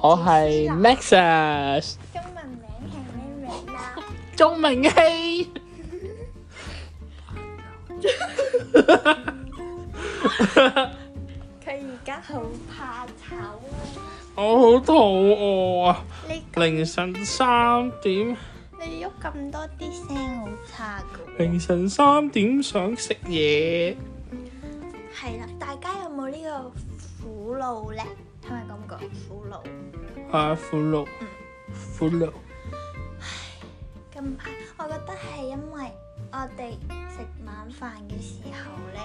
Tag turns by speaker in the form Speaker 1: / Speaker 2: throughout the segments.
Speaker 1: 我係 Nexus
Speaker 2: 中文名係咩名啊？
Speaker 1: 鍾明希。
Speaker 2: 佢而家好怕醜啊！
Speaker 1: 我好肚餓啊！
Speaker 2: 你
Speaker 1: 凌晨三點，
Speaker 2: 你喐咁多啲聲好差噶喎。
Speaker 1: 凌晨三點想食嘢。
Speaker 2: 係啦，大家有冇呢個苦惱咧？係咪咁講苦惱？
Speaker 1: 啊，苦惱，苦惱。
Speaker 2: 近排啊我覺得係因為我哋食晚飯嘅時候咧，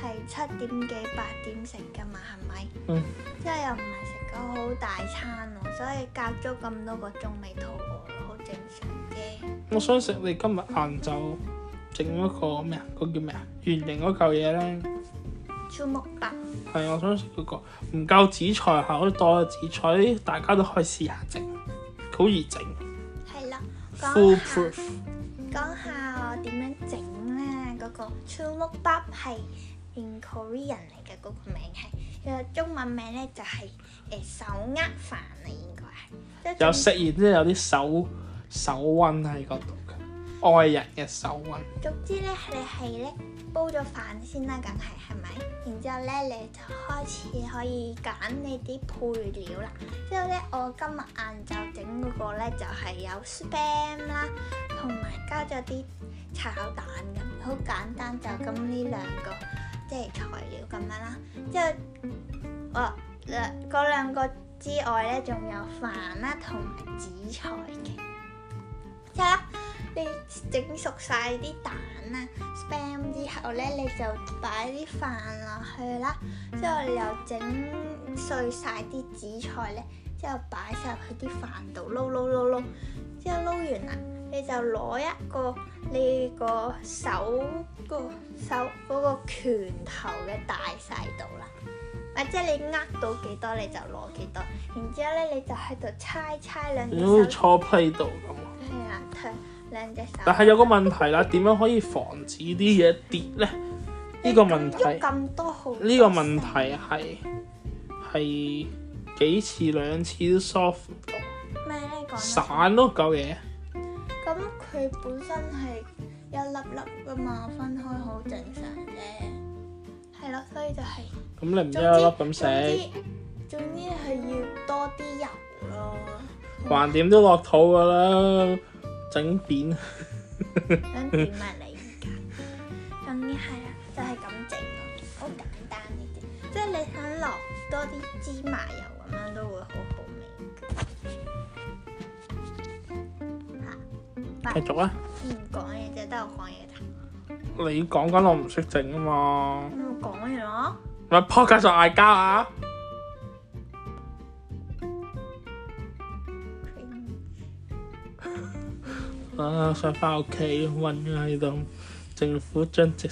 Speaker 2: 係七點幾八點食噶嘛，係咪？
Speaker 1: 嗯。
Speaker 2: 即係又唔係食個好大餐喎，所以隔咗咁多個鐘未肚餓咯，好正常啫。
Speaker 1: 我想食你今日晏晝整嗰個咩啊？嗰叫咩啊？圓形嗰嚿嘢咧，
Speaker 2: 超木白
Speaker 1: 係我想食嗰、個唔夠紫菜下，可以多啲紫菜，大家都可以試下整，好易整
Speaker 2: 係啦，講下
Speaker 1: ，foolproof。
Speaker 2: 講下我點樣整咧？嗰、個超木白係 in Korean 嚟嘅嗰個名係，佢嘅中文名咧就係、誒、手握飯啊，應該係。即係
Speaker 1: 有食完之後有啲手手温喺嗰度嘅，愛人嘅手温。
Speaker 2: 總之咧，你係咧煲咗飯先啦，梗係係咪？然之後咧，你就開始可以揀你啲配料啦。之後咧，我今日晏晝整嗰個咧就係、有 spam 啦，同埋加咗啲炒蛋咁，好簡單就咁呢兩個即係材料咁樣啦。之後我兩嗰兩個之外咧，仲有飯啦同埋紫菜嘅。之後啦。你整熟晒啲蛋啊 spam 之後咧，你就擺啲飯落去啦，之後你又整碎晒啲紫菜咧，之後擺晒入去啲飯度撈撈撈撈，之後撈完啦，你就攞一個你個手個手嗰個拳頭嘅大細度啦。或者你呃到幾多你就攞幾多，然之後咧你就喺度猜猜兩隻
Speaker 1: 你好似
Speaker 2: 手，
Speaker 1: 初 play 度咁。
Speaker 2: 係啊啦，推兩隻手。
Speaker 1: 但係有個問題啦，點樣可以防止啲嘢跌呢？呢個問題，
Speaker 2: 喐咁多號，
Speaker 1: 呢個問題係係幾次兩次都 solve 唔到，
Speaker 2: 咩咧講得？
Speaker 1: 散咯嚿嘢。
Speaker 2: 咁佢本身係一粒粒噶嘛，分開好正常啫。係咯，所以就係、
Speaker 1: 咁你唔一
Speaker 2: 總之
Speaker 1: 粒粒咁食，
Speaker 2: 總之總之係要多啲油咯。
Speaker 1: 橫掂都落肚噶啦，整扁。
Speaker 2: 想點啊你而家？總之係啦，就係咁整咯，好簡單呢啲。即係你肯落多啲芝麻油咁樣都會好好味嘅。
Speaker 1: 繼續啊！
Speaker 2: 唔講嘢啫，得我講嘢咋。
Speaker 1: 你講緊我唔識整啊嘛，
Speaker 2: 你咪講嘢咯。
Speaker 1: 咪撲街就嗌交啊！啊！想翻屋企暈咗喺度，政府將直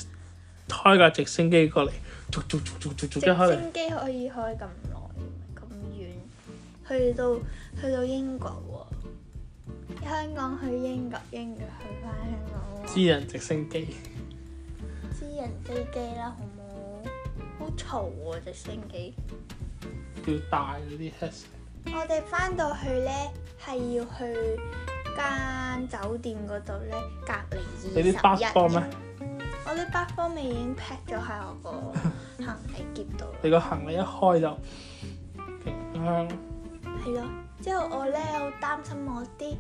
Speaker 1: 開架直升機過嚟，逐逐逐逐逐逐
Speaker 2: 直
Speaker 1: 一開嚟。
Speaker 2: 升機可以開咁耐，咁遠，去到去到英國喎，香港去英國，英國去翻香港
Speaker 1: 私
Speaker 2: 喎，
Speaker 1: 人直升機，
Speaker 2: 私人飛機啦，好冇？好嘈喎直升機。
Speaker 1: 要大嗰啲 test。
Speaker 2: 我哋翻到去呢，係要去間酒店嗰度呢，隔離二
Speaker 1: 你啲
Speaker 2: 十
Speaker 1: passport
Speaker 2: 一日
Speaker 1: 咩。？
Speaker 2: 我啲北方味已經 pack 咗喺我個行李夾度啦。
Speaker 1: 你個行李一開就勁香，
Speaker 2: 係咯，之後我咧好擔心我啲，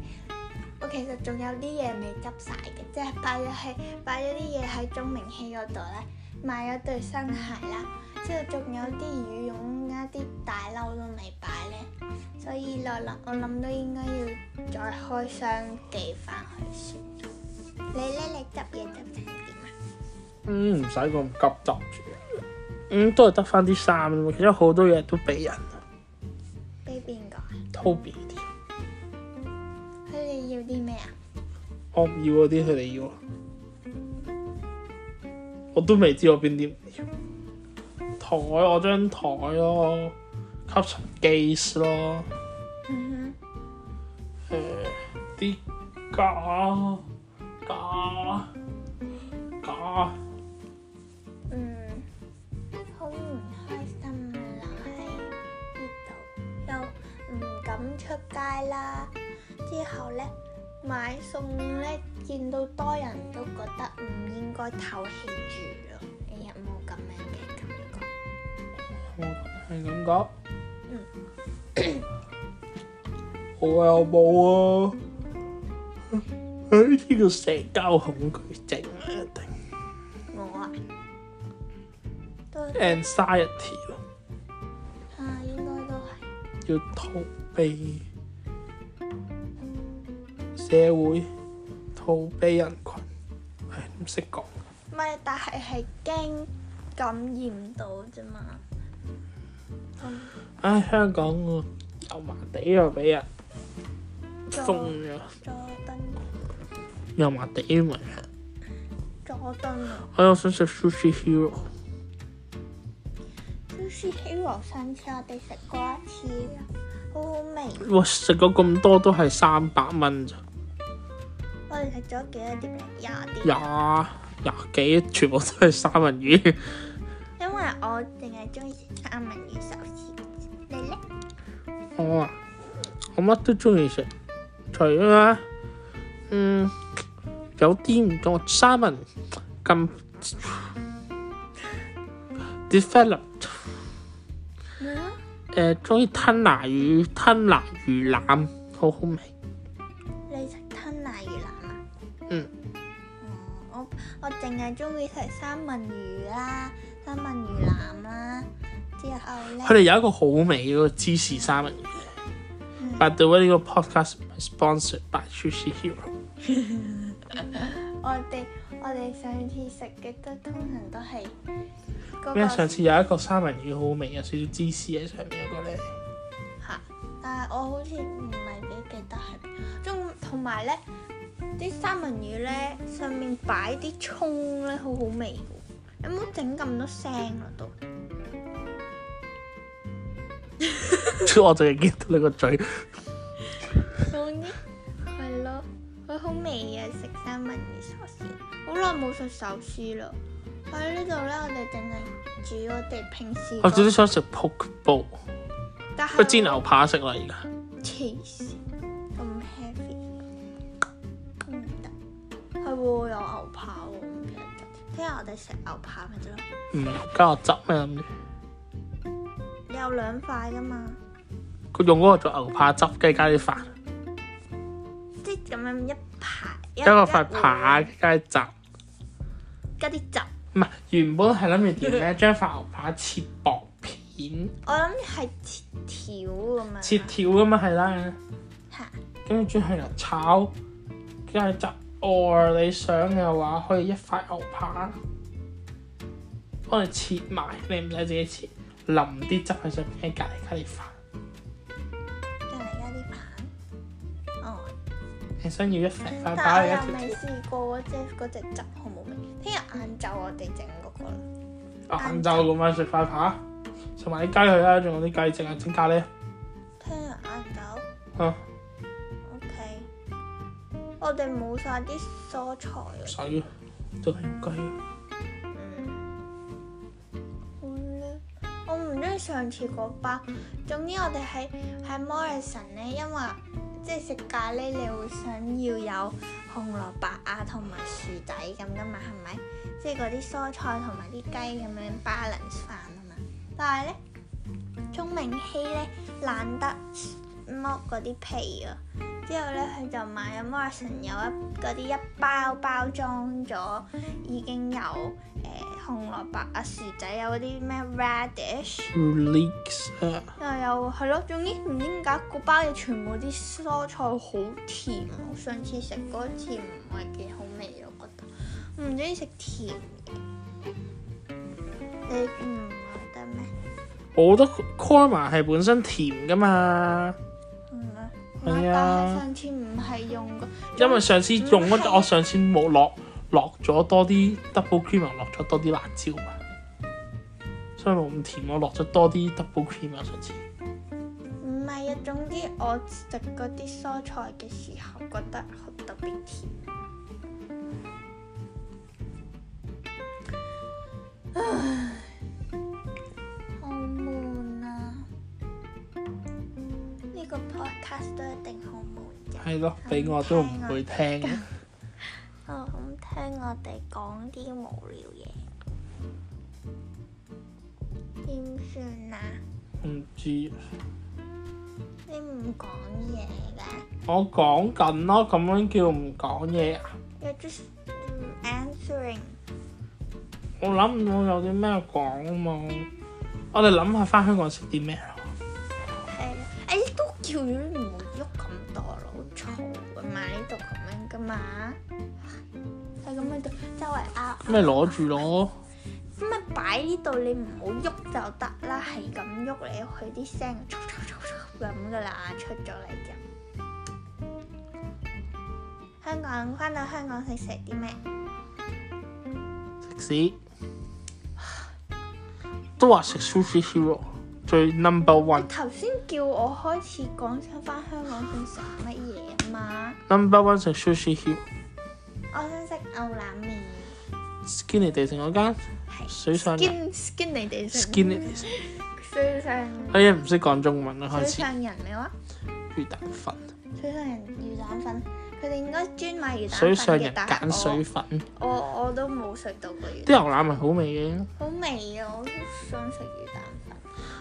Speaker 2: 我其實仲有啲嘢未執晒嘅，即係擺咗喺擺咗啲嘢喺鍾明熙嗰度咧，買咗對新鞋啦，之後仲有啲羽絨加啲大褸都未擺咧，所以我諗我諗都應該要再開箱寄翻去先。你咧，你執嘢執成點啊？
Speaker 1: 嗯，唔使咁急執住。嗯，都係得翻啲衫啫嘛，其實好多嘢都俾人
Speaker 2: 俾邊個啊？
Speaker 1: Toby 啲，
Speaker 2: 佢哋要啲咩啊？
Speaker 1: 我唔要嗰啲，佢哋要。我都未知我邊啲唔要。台我張台咯，吸塵機咯。
Speaker 2: 嗯
Speaker 1: 誒啲架架架，
Speaker 2: 哼，嗯，好唔開心啊！留喺呢度又唔敢出街啦。之後呢，買餸呢，見到多人都覺得唔應該透氣住咯。你有冇咁樣嘅感覺？
Speaker 1: 我係咁講。
Speaker 2: 嗯
Speaker 1: 我又冇啊！佢呢啲叫社交恐懼症啊，一定
Speaker 2: 我啊，都
Speaker 1: anxiety 咯，
Speaker 2: 啊，應該都係。
Speaker 1: 要逃避社會，逃避人群，唉，唔識講。
Speaker 2: 唔係，但係係驚感染到啫嘛。
Speaker 1: 唉，香港我油麻地又俾人封
Speaker 2: 佐
Speaker 1: 咗，
Speaker 2: 佐敦，
Speaker 1: 油麻地咪，
Speaker 2: 佐敦啊
Speaker 1: 我又想食 Sushi Hero。
Speaker 2: ，Sushi Hero 上次我哋食過一次，好好味。
Speaker 1: 哇！食咗咁多都係三百蚊咋，
Speaker 2: 我哋食咗幾多碟嚟？廿碟。
Speaker 1: 廿廿幾全部都係三文魚。
Speaker 2: 因為我淨係中意食三文魚壽司。你咧？
Speaker 1: 我啊，我乜都中意食，除咗嗯有啲唔同三文咁 develop
Speaker 2: 咩啊？
Speaker 1: 誒，中呃意吞拿魚、吞拿魚腩，好好味。
Speaker 2: 你食吞拿魚腩啊？
Speaker 1: 嗯。
Speaker 2: 我我淨係中意食三文魚啦，三文魚腩啦，之後咧
Speaker 1: 佢。哋有一個好味嗰個芝士三文魚。
Speaker 2: 嗯
Speaker 1: By the way，呢個 podcast 唔係 sponsored by Sushi Hero。
Speaker 2: 我哋我哋上次食嘅都通常都係嗰、
Speaker 1: 咩？
Speaker 2: 個
Speaker 1: 上次有一個三文魚好好味，有少少芝士喺上面嗰個 咧，
Speaker 2: 嚇，但係我好似唔係幾記得係中同埋咧啲三文魚咧上面擺啲葱咧好好味嘅喎，有冇整咁多聲啊都？
Speaker 1: 我就係見到你個嘴。
Speaker 2: 總之係咯，佢好味啊！食三文魚壽司，好耐冇食壽司啦。喺呢度咧，我哋淨係煮我哋平時
Speaker 1: 我最都
Speaker 2: 嗰，
Speaker 1: 想食 poke bowl，
Speaker 2: 但
Speaker 1: 哦不過煎啊
Speaker 2: 係
Speaker 1: 牛扒食啦而家。
Speaker 2: 黐線咁 heavy，唔得。係喎，有牛扒喎，唔記得咗。聽日我哋食牛扒咪得咯，
Speaker 1: 唔嗯加我汁咩諗住？
Speaker 2: 你有兩塊噶嘛，
Speaker 1: 佢用嗰個做牛扒汁，跟住加啲飯，
Speaker 2: 即係咁樣一排，一
Speaker 1: 加個塊扒，加啲汁。
Speaker 2: 加啲汁。
Speaker 1: 唔係原本係諗住點 咧？將塊牛扒切薄片，
Speaker 2: 我諗係切條咁樣。
Speaker 1: 切條咁嘛係啦，
Speaker 2: 嚇
Speaker 1: 跟住係嚟炒，加啲汁。or 你想嘅話，可以一塊牛扒幫你切埋，你唔使自己切，淋啲汁喺上面，隔離加啲飯。
Speaker 2: 隔離加啲棒。哦，
Speaker 1: 你想要一塊塊扒
Speaker 2: 但係我
Speaker 1: 定一
Speaker 2: 又
Speaker 1: 條條
Speaker 2: 未試過嗰只嗰隻汁好冇味。聽日晏晝我哋整嗰個啦，
Speaker 1: 啊晏晝咁樣食塊扒，食埋啲雞佢啦，仲有啲雞整啊整咖喱
Speaker 2: 聽日晏晝。
Speaker 1: 啊
Speaker 2: O K，我哋冇晒啲蔬菜啦。
Speaker 1: 水，都係用雞。
Speaker 2: 好啦，我唔中意上次嗰包。總之我哋喺喺 Morrison 咧，因為即係食咖喱，你會想要有紅蘿蔔啊，同埋薯仔咁噶嘛，係咪？即係嗰啲蔬菜同埋啲雞咁樣 balance 飯啊嘛。但係咧，鐘明熙咧懶得剝嗰啲皮啊。之後咧，佢就買咗 Morrison 有一嗰啲一包包裝咗，已經有誒、呃、紅蘿蔔啊、薯仔，有嗰啲咩 radish，
Speaker 1: Release 啊，
Speaker 2: 又有係咯，總之唔知點解個包嘢全部啲蔬菜好甜，我上次食嗰次唔係幾好味，我覺得唔中意食甜嘅。你唔覺得咩？
Speaker 1: 我覺得 korma 係本身甜噶嘛，
Speaker 2: 唔啊，
Speaker 1: 係啊
Speaker 2: 但係上次唔係用個，
Speaker 1: 因為上次用
Speaker 2: 嗯
Speaker 1: 嗰
Speaker 2: 係
Speaker 1: 我上次冇落落咗多啲 double cream，又落咗多啲辣椒嘛，所以冇咁甜。我落咗多啲 double cream 啊，上次
Speaker 2: 唔係啊，總之我食嗰啲蔬菜嘅時候覺得好特別甜。唉，好悶啊！呢個 podcast 好悶嘅。
Speaker 1: 係咯，俾我都唔會聽。
Speaker 2: 哦，咁聽我哋講啲無聊嘢，點算啊？
Speaker 1: 唔知
Speaker 2: 你唔講嘢嘅
Speaker 1: 我講緊咯，咁樣叫唔講嘢啊？
Speaker 2: ，you're just mm, answering。
Speaker 1: 我諗唔到有啲咩講啊嘛。我哋諗下翻香港食啲咩啊咯。
Speaker 2: 係啦，哎都叫咗你唔好喐咁多咯，好嘈噶嘛，呢度咁樣噶嘛，係咁喺度周圍拗，
Speaker 1: 咪攞住咯，
Speaker 2: 咁咪擺呢度你唔好喐就得啦，係咁喐你佢啲聲嘈嘈嘈嘈咁噶啦，出咗嚟就。香港翻到香港食食啲咩？
Speaker 1: 食屎。都話食 sushi hero 最 number
Speaker 2: 你
Speaker 1: one。
Speaker 2: 頭先叫我開始講想翻香港想食乜嘢啊嘛，
Speaker 1: number one 食 sushi hero，
Speaker 2: 我想食牛腩面，
Speaker 1: 堅尼地城嗰間
Speaker 2: 係
Speaker 1: 水上
Speaker 2: skin
Speaker 1: 人
Speaker 2: skin 你哋食
Speaker 1: skinny 地城，
Speaker 2: 水上
Speaker 1: 哎呀唔識講中文啦，啊
Speaker 2: 水
Speaker 1: 開始
Speaker 2: 上人咩話？
Speaker 1: 魚蛋粉，
Speaker 2: 水上人魚蛋粉，佢哋應該專賣魚蛋粉嘅。
Speaker 1: 水上人
Speaker 2: 但係
Speaker 1: 揀水粉，
Speaker 2: 我我我都冇食到過魚蛋，
Speaker 1: 啲牛腩係好味嘅。
Speaker 2: 好味啊！我都想食魚蛋粉。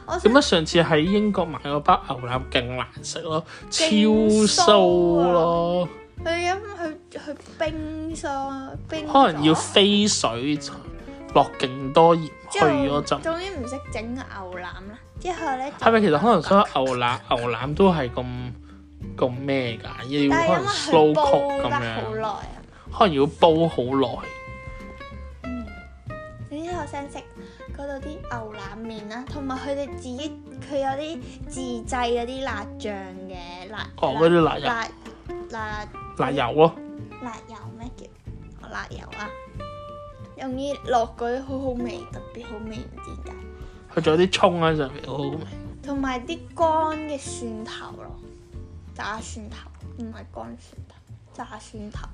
Speaker 2: 我
Speaker 1: 點
Speaker 2: 想
Speaker 1: 啊解上次喺英國買嗰包牛腩勁難食咯，超
Speaker 2: 勁啊
Speaker 1: 酥咯，
Speaker 2: 佢飲佢佢冰霜冰咗
Speaker 1: 可能要飛水落勁多鹽
Speaker 2: 之
Speaker 1: 去
Speaker 2: 後
Speaker 1: 嗰陣。
Speaker 2: 總之唔識整牛腩啦。之後咧，
Speaker 1: 係咪其實可能所有牛腩牛腩都係咁咁咩㗎？要
Speaker 2: 但係
Speaker 1: 可
Speaker 2: 因
Speaker 1: 能
Speaker 2: 為佢
Speaker 1: slow cook
Speaker 2: 煲
Speaker 1: 咁
Speaker 2: 得好
Speaker 1: 樣，
Speaker 2: 耐啊。
Speaker 1: 可能要煲好耐。
Speaker 2: 總之我想食嗰度啲牛腩麵啦，同埋佢哋自己佢有啲自製嗰啲辣醬嘅辣
Speaker 1: 哦嗰啲辣油
Speaker 2: 辣辣
Speaker 1: 辣油咯，
Speaker 2: 辣油咩叫哦辣油啊？容易落嗰啲好好味，特別好味，唔知點解。
Speaker 1: 佢仲有啲葱喺上面，好好味。
Speaker 2: 同埋啲乾嘅蒜頭咯，炸蒜頭唔係乾蒜頭，炸蒜頭。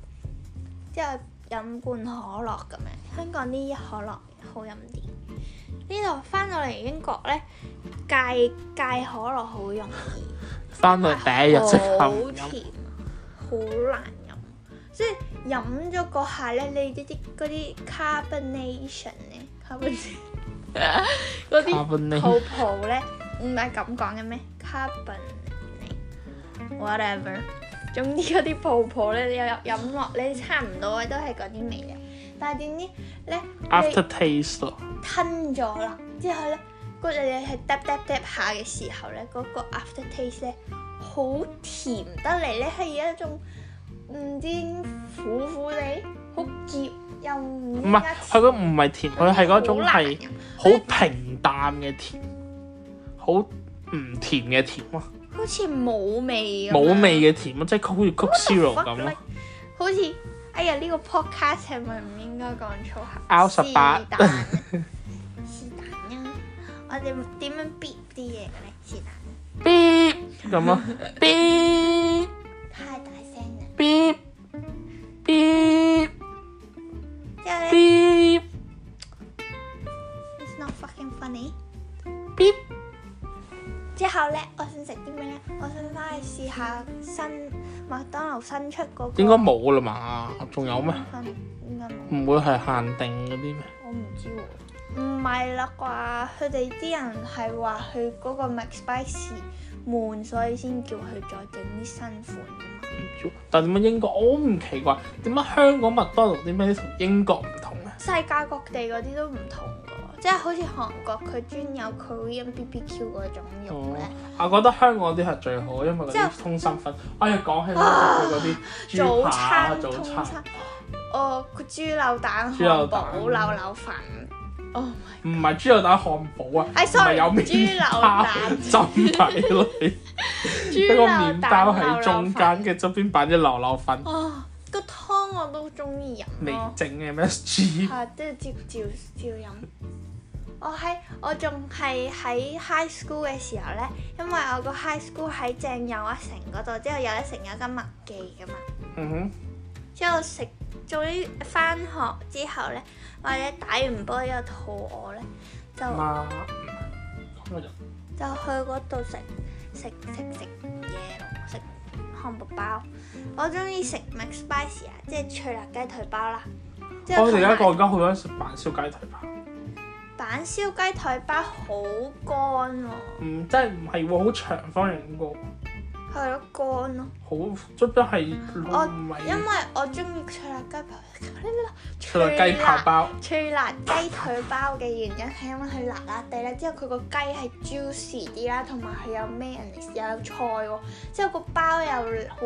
Speaker 2: 之後飲罐可樂咁樣，香港啲可樂好飲啲。呢度翻到嚟英國咧，戒戒可樂好容易。
Speaker 1: 翻到嚟第一日即刻唔
Speaker 2: 好
Speaker 1: 飲，
Speaker 2: 甜，好難飲。即係飲咗嗰下咧，你啲啲嗰啲 carbonation 咧，carbonation 嗰
Speaker 1: Carbonation
Speaker 2: 啲泡泡咧，唔係咁講嘅咩？carbon whatever，總之嗰啲泡泡咧，你有飲落你差唔多都係嗰啲味嘅。但係點知咧你
Speaker 1: after taste 咯，
Speaker 2: 吞咗啦，之後咧，嗰日你係嗒嗒嗒下嘅時候咧，嗰、個 after taste 咧好甜得嚟咧，係有一種唔知苦苦地，好澀又唔
Speaker 1: 唔
Speaker 2: 知
Speaker 1: 係
Speaker 2: 點
Speaker 1: 佢
Speaker 2: 解
Speaker 1: 嗰唔係甜，佢係嗰種
Speaker 2: 好難
Speaker 1: 係
Speaker 2: 飲
Speaker 1: 好平淡嘅甜，好唔甜嘅甜咯，
Speaker 2: 好似冇味咁樣
Speaker 1: 冇味嘅甜咯，即係好似 Coke Zero 咁咯。
Speaker 2: 好似哎呀呢、個 podcast 係咪唔應該講粗口
Speaker 1: R 十八
Speaker 2: 是但是但啦，我哋點樣 beep 啲嘢嘅咧？是但，
Speaker 1: 嗶咁咯，嗶
Speaker 2: 太大聲啦！
Speaker 1: 嗶嗶
Speaker 2: 之後咧
Speaker 1: 嗶。
Speaker 2: ，it's not fucking funny。
Speaker 1: 嗶
Speaker 2: 之後咧，我想食啲咩咧？我想翻去試下新麥當勞新出嗰、個。
Speaker 1: 應該冇啦嘛，仲有咩？
Speaker 2: 嗯？應該冇，
Speaker 1: 唔會係限定嗰啲咩？
Speaker 2: 我唔知喎。唔係啦啩？佢哋啲人係話佢嗰個 McSpicy 悶，所以先叫佢再整啲新款㗎嘛。
Speaker 1: 唔知喎但點解英國我唔奇怪，點解香港麥當勞啲咩同英國唔同咧？
Speaker 2: 世界各地嗰啲都唔同㗎喎，即係好似韓國佢專有 Korean BBQ 嗰種肉
Speaker 1: 哦
Speaker 2: 咧，，
Speaker 1: 我覺得香港啲係最好，因為嗰
Speaker 2: 即
Speaker 1: 啲
Speaker 2: 係啊
Speaker 1: 通心粉。哎呀，講起佢嗰啲豬
Speaker 2: 早
Speaker 1: 扒啊
Speaker 2: 餐
Speaker 1: 早
Speaker 2: 通
Speaker 1: 餐
Speaker 2: 餐，，哦，佢豬柳蛋
Speaker 1: 豬柳
Speaker 2: 漢
Speaker 1: 蛋
Speaker 2: 堡柳柳粉，Oh
Speaker 1: 唔係豬柳蛋漢堡啊，唔
Speaker 2: 哎
Speaker 1: 係
Speaker 2: ，sorry，
Speaker 1: 有
Speaker 2: 豬
Speaker 1: 麵
Speaker 2: 柳
Speaker 1: 包
Speaker 2: 蛋
Speaker 1: 浸埋嚟，
Speaker 2: 豬
Speaker 1: 一個
Speaker 2: 柳
Speaker 1: 麵包喺中間，嘅側邊擺啲流流粉，
Speaker 2: 啊，個湯我都中意飲
Speaker 1: 味
Speaker 2: 咯，
Speaker 1: 整嘅 MSG
Speaker 2: 係啊都照照照飲。我喺我仲係喺 high school 嘅時候咧，因為我個 high school 喺正友一城嗰度，之後有一城有間麥記噶嘛，
Speaker 1: 嗯哼。
Speaker 2: 之後食早啲翻學之後咧，或者打完波又肚餓咧，就
Speaker 1: 嘛，咁我就
Speaker 2: 就去嗰度食食食食嘢咯，食漢堡包。我中意食 McSpicy 啊，即係脆辣雞腿包啦。之後
Speaker 1: 我哦哋而家
Speaker 2: 同埋
Speaker 1: 講緊好想食板燒雞腿包，
Speaker 2: 板燒雞腿包好乾喎、
Speaker 1: 唔嗯真係唔係喎，好長方形嗰個，
Speaker 2: 係咯乾咯、
Speaker 1: 好足足係
Speaker 2: 我
Speaker 1: 唔
Speaker 2: 哦因
Speaker 1: 係
Speaker 2: 為我中意脆辣雞腿，
Speaker 1: 除咗雞扒包，
Speaker 2: 脆辣雞腿包嘅原因係因為佢辣辣地啦，之後佢個雞係 juicy 啲啦，同埋佢有咩人嚟有菜喎，之後個包又好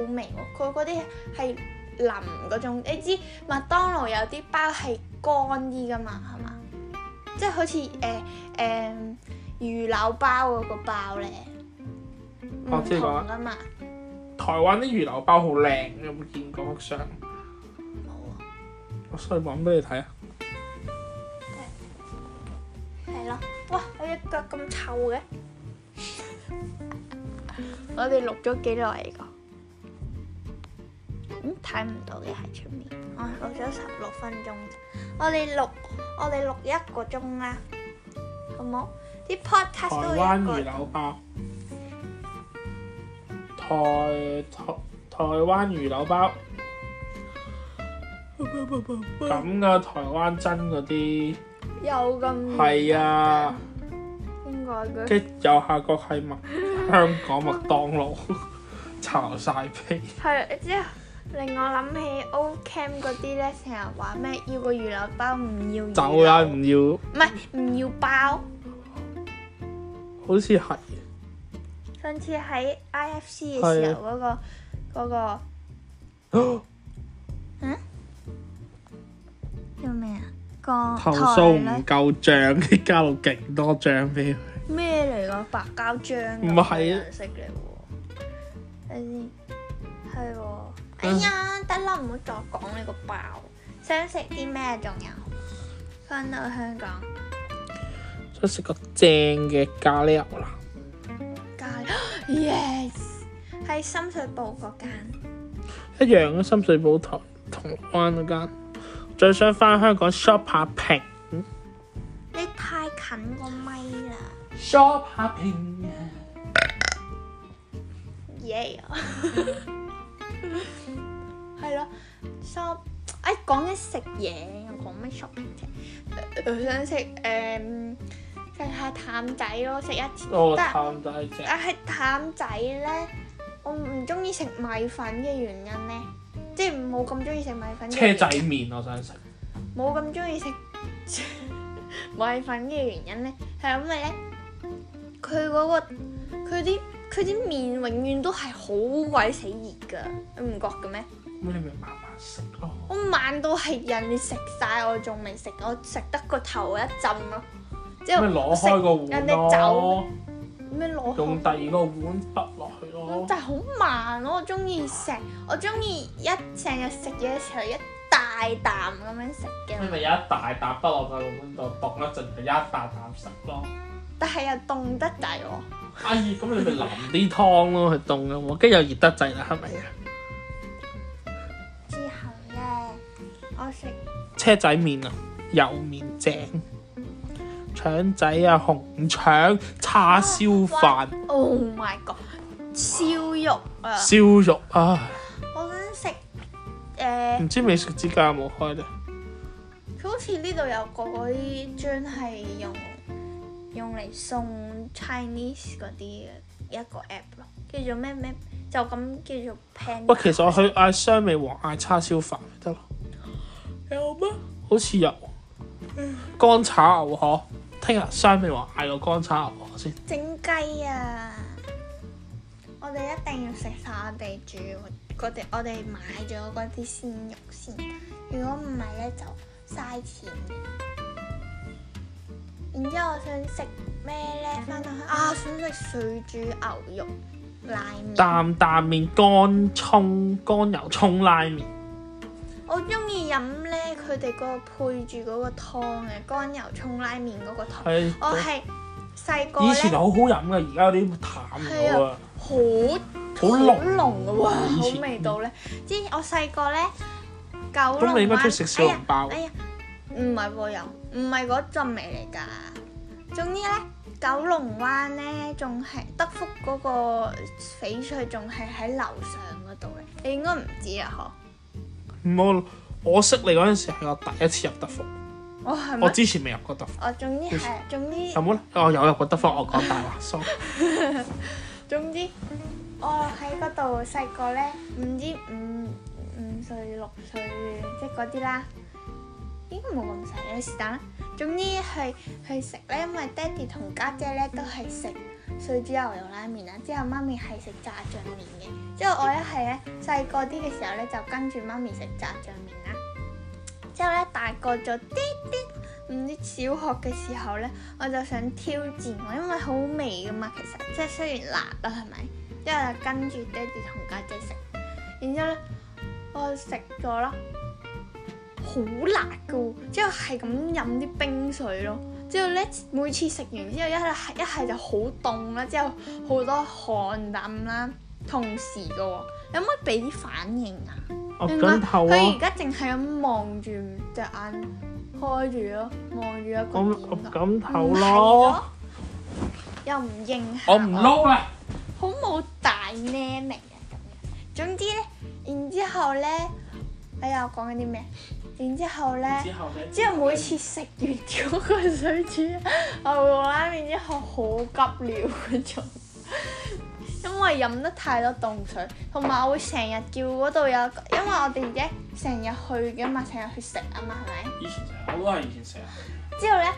Speaker 2: 味喎，佢嗰啲係腍嗰種，你知麥當勞有啲包係乾啲噶嘛，係嘛？即係好似誒誒魚柳包嗰個包咧，
Speaker 1: 我
Speaker 2: 唔
Speaker 1: 知嗰個
Speaker 2: 同噶嘛，
Speaker 1: 台灣啲魚柳包好靚，你有冇見過幅相？
Speaker 2: 冇啊。
Speaker 1: 我上去揾俾你睇啊！
Speaker 2: 係咯，哇！我只腳咁臭嘅。 我哋錄咗幾耐嚟㗎？嗯，睇唔到嘅喺出面。我錄咗十六分鐘。我哋錄我哋錄一個鐘啦，好冇？啲 podcast
Speaker 1: 台
Speaker 2: 都
Speaker 1: 灣
Speaker 2: 有
Speaker 1: 魚
Speaker 2: 一個。
Speaker 1: 柳包，台台台灣魚柳包，咁嘅台灣真嗰啲
Speaker 2: 有咁
Speaker 1: 係啊，
Speaker 2: 應該嘅。
Speaker 1: 跟住右下角係麥香港麥當勞，巢晒皮，
Speaker 2: 係之後令我諗起 O Cam 嗰啲咧，成日話咩要個魚柳包唔要魚
Speaker 1: 走啦
Speaker 2: 柳
Speaker 1: 唔要，
Speaker 2: 唔係唔要包。
Speaker 1: 好似係
Speaker 2: 上次喺 IFC 嘅時候嗰、個嗰、個叫咩啊？個
Speaker 1: 投訴
Speaker 2: 訴
Speaker 1: 唔夠醬，加到勁多醬俾佢。
Speaker 2: 咩嚟㗎？白膠漿
Speaker 1: 唔
Speaker 2: 咁
Speaker 1: 係
Speaker 2: 嘅顏色嚟喎，睇先係喎。
Speaker 1: 嗯
Speaker 2: 哎呀，得啦，唔好再講呢個包。想食啲咩？仲有翻到香港
Speaker 1: 想食個正嘅咖喱牛腩，
Speaker 2: 咖喱 ，yes 喺深水埗嗰間。
Speaker 1: 一樣嘅深水埗台銅鑼灣嗰間。最想翻香港 shop 下平
Speaker 2: 你太近個咪啦，
Speaker 1: ，shop 下平。
Speaker 2: 耶！啊係咯，shop，哎講緊食嘢，又講咩 shopping 啫？呃我想食誒食下淡仔咯，食一次。
Speaker 1: 哦，
Speaker 2: 但啊
Speaker 1: 淡仔正。
Speaker 2: 但係淡仔咧，我唔中意食米粉嘅原因咧，即係冇咁中意食米粉嘅原
Speaker 1: 車
Speaker 2: 因。
Speaker 1: 仔麵啊我想食，
Speaker 2: 冇咁中意食 米粉嘅原因咧，係因為咧佢嗰個佢啲佢啲面永遠都係好鬼死熱噶，你唔覺嘅咩？
Speaker 1: 咁你咪慢慢食咯。
Speaker 2: 我慢到係人哋食晒，我仲未食，我食得個頭一浸咯，之後
Speaker 1: 咪攞
Speaker 2: 食
Speaker 1: 開個碗
Speaker 2: 人哋走
Speaker 1: 咯，
Speaker 2: 咩攞開
Speaker 1: 用第二個碗揼落去咯。
Speaker 2: 但係好慢啊咯，我中意食，我中意一成日食嘢嘅時候一大啖咁樣食
Speaker 1: 你咪
Speaker 2: 嘅，
Speaker 1: 有一大啖揼落去個碗度，搏一陣就一大啖食 咯。
Speaker 2: 但係又凍得滯喎。
Speaker 1: 哎，咁你咪淋啲湯咯，佢凍嘅喎，跟住又熱得滯啦，係咪啊？
Speaker 2: 之後咧，我食
Speaker 1: 車仔面啊，油面正，腸仔啊，紅腸叉燒飯、
Speaker 2: Oh my god，燒肉啊！
Speaker 1: 燒肉啊，
Speaker 2: 我想食誒，
Speaker 1: 唔知美食之家有冇開咧？
Speaker 2: 佢好似呢度有個嗰啲專係用用嚟送 Chinese 嗰啲嘅一個 app 咯，叫做咩咩，就咁叫做 Pan。
Speaker 1: 喂，其實我去嗌雙味王嗌叉燒飯咪得咯，
Speaker 2: 有咩？
Speaker 1: 好似有乾炒牛河。聽日雙味王嗌個乾炒牛河先，
Speaker 2: 整雞啊！我哋一定要食晒我哋煮嗰啲，我哋買咗嗰啲鮮肉先。如果唔係咧，就嘥錢嘅。然之後我想食咩咧？翻到去啊，我想食水煮牛肉拉麵。
Speaker 1: 擔擔麵乾葱乾油葱拉麵，
Speaker 2: 我中意飲咧，佢哋嗰個配住嗰個湯嘅乾油葱拉麵嗰個湯。
Speaker 1: 係
Speaker 2: 我哦係細個
Speaker 1: 以前
Speaker 2: 咧，
Speaker 1: 好好飲嘅，而家有啲淡咗啊，
Speaker 2: 好
Speaker 1: 好
Speaker 2: 好
Speaker 1: 濃。
Speaker 2: 濃嘅喎，
Speaker 1: 以前
Speaker 2: 好味道咧。之前我細個咧，九龍
Speaker 1: 咁你應該
Speaker 2: 灣
Speaker 1: 中意食小籠包
Speaker 2: 哎呀，哎呀唔係喎又，唔係嗰陣味嚟㗎。總之咧，九龍灣咧仲係德福嗰個翡翠仲係喺樓上嗰你應該唔知啊，
Speaker 1: 唔好，我識你嗰陣時係我第一次入德福，
Speaker 2: 嗬？我係
Speaker 1: 我
Speaker 2: 咪？
Speaker 1: 之前未入過德福。
Speaker 2: 我總之係，總之
Speaker 1: 有冇咧？我有入過德福，我講大話，sorry。
Speaker 2: 總之，我哦喺嗰度細個咧，唔知五五歲六歲即係嗰啲啦，應該冇咁細嘅是但啦。總之係去食咧，因為爹哋同家姐咧都係食水煮牛肉拉麵啦，之後媽咪係食炸醬麵嘅。之後我咧係咧細個啲嘅時候咧就跟住媽咪食炸醬麵啦。之後咧大個咗啲啲，唔知小學嘅時候咧。我就想挑戰我，因為好味噶嘛，其實即係雖然辣啦，係咪？之後就跟住爹哋同家姐食，然之後咧我食咗啦，好辣噶喎，之後係咁飲啲冰水咯。之後咧，每次食完之後，一係一係就好凍啦，之後好多汗淋啦，同時噶喎，你可唔可以俾啲反應啊？
Speaker 1: 我
Speaker 2: 明
Speaker 1: 緊
Speaker 2: 白
Speaker 1: 頭
Speaker 2: 佢而
Speaker 1: 啊！
Speaker 2: 家淨係咁望住隻眼開住咯，望住一
Speaker 1: 我
Speaker 2: 個
Speaker 1: 我
Speaker 2: 點㗎
Speaker 1: 緊頭
Speaker 2: 唔係
Speaker 1: 咯，，
Speaker 2: 又唔認
Speaker 1: 我唔撈啦。
Speaker 2: 好冇大咩明啊咁樣。總之咧，然之後咧，哎呀，我講緊啲咩？然之後咧，
Speaker 1: 後咧
Speaker 2: 之後每次食完嗰個水煮牛肉拉麵之後，好急尿嗰種。 因為飲得太多凍水，同埋我會成日叫嗰度有，因為我哋而家成日去嘅嘛，成日去食啊嘛，係咪？
Speaker 1: 以前成日，我都係以前成日。
Speaker 2: 之後咧，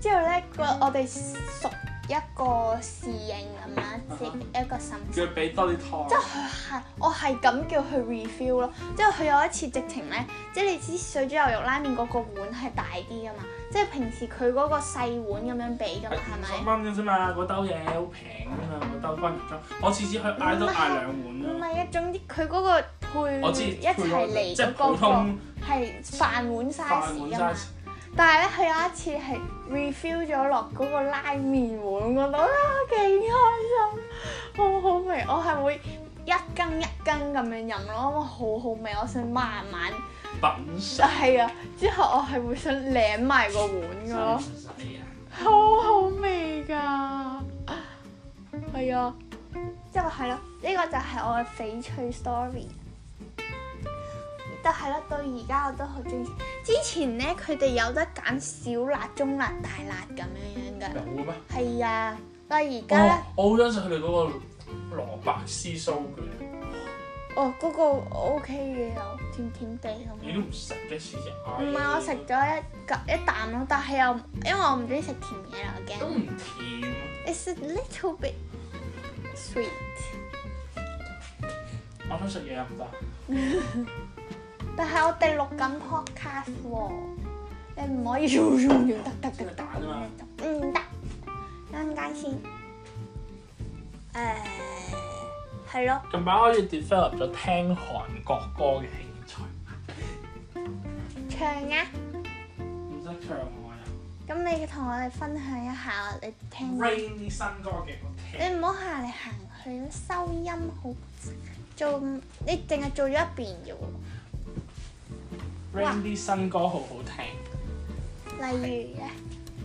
Speaker 2: 之後咧，個我哋熟一個侍應咁啦，即係一個嬸嬸。
Speaker 1: 佢俾多啲湯
Speaker 2: 即係佢啊係我係咁叫佢 refill 咯。之後佢有一次直情咧，即係你知水煮牛肉拉麵嗰個碗係大啲噶嘛，即係平時佢嗰個細碗咁樣俾噶嘛，係咪？
Speaker 1: 蚊嘅啫嘛，嗰兜嘢好平㗎嘛，嗰兜關元裝，我次次去嗌都嗌兩碗
Speaker 2: 唔
Speaker 1: 啦。
Speaker 2: 係啊，總之佢嗰個配
Speaker 1: 我知
Speaker 2: 一齊嚟
Speaker 1: 即係
Speaker 2: 嗰
Speaker 1: 普
Speaker 2: 個
Speaker 1: 通
Speaker 2: 係飯碗
Speaker 1: 飯
Speaker 2: size 噶
Speaker 1: 碗
Speaker 2: 嘛
Speaker 1: size。。
Speaker 2: 但係咧，佢有一次係 refill 咗落嗰個拉麵碗嗰度，啊幾開心，好好味！我係會一羹一羹咁樣飲咯，因為好好味，我想慢慢。
Speaker 1: 品
Speaker 2: 就係啊，之後我係會想舐埋個碗噶咯，
Speaker 1: 啊！
Speaker 2: 好好味㗎，係啊，之後係咯，呢個就係我嘅翡翠 story。但係啦，到而家我都好中意。之前咧，佢哋有得揀小辣、中辣、大辣咁樣樣
Speaker 1: 有
Speaker 2: 㗎。
Speaker 1: 嘅咩？
Speaker 2: 係啊，但係而家咧
Speaker 1: 哦，，我好欣賞佢哋嗰個蘿蔔絲酥卷，
Speaker 2: 哦嗰、個 OK 嘅有甜甜地咁
Speaker 1: 你
Speaker 2: 樣
Speaker 1: 都。唔食嘅，次次嗌。
Speaker 2: 唔係我食咗一嚿一啖咯，但係又唔因為我唔中意食甜嘢啦，我驚
Speaker 1: 都。唔甜，
Speaker 2: It's a little bit sweet。
Speaker 1: 我想食嘢又唔得。
Speaker 2: 但係我哋錄緊 podcast 喎，你唔可以 zoom zoom 要得得得得咁樣就唔嗯得。等陣間先。誒，係咯，
Speaker 1: 近排開始 develop 咗聽韓國歌嘅興趣，
Speaker 2: 唱啊！
Speaker 1: 唔識唱我又。
Speaker 2: 咁你同我哋分享一下你聽。
Speaker 1: Rain 啲新歌嘅我聽。
Speaker 2: 你唔好行嚟行去啦，收音好。做你淨係做咗一邊啫喎。
Speaker 1: Rain 啲新歌好好聽
Speaker 2: 例如咧。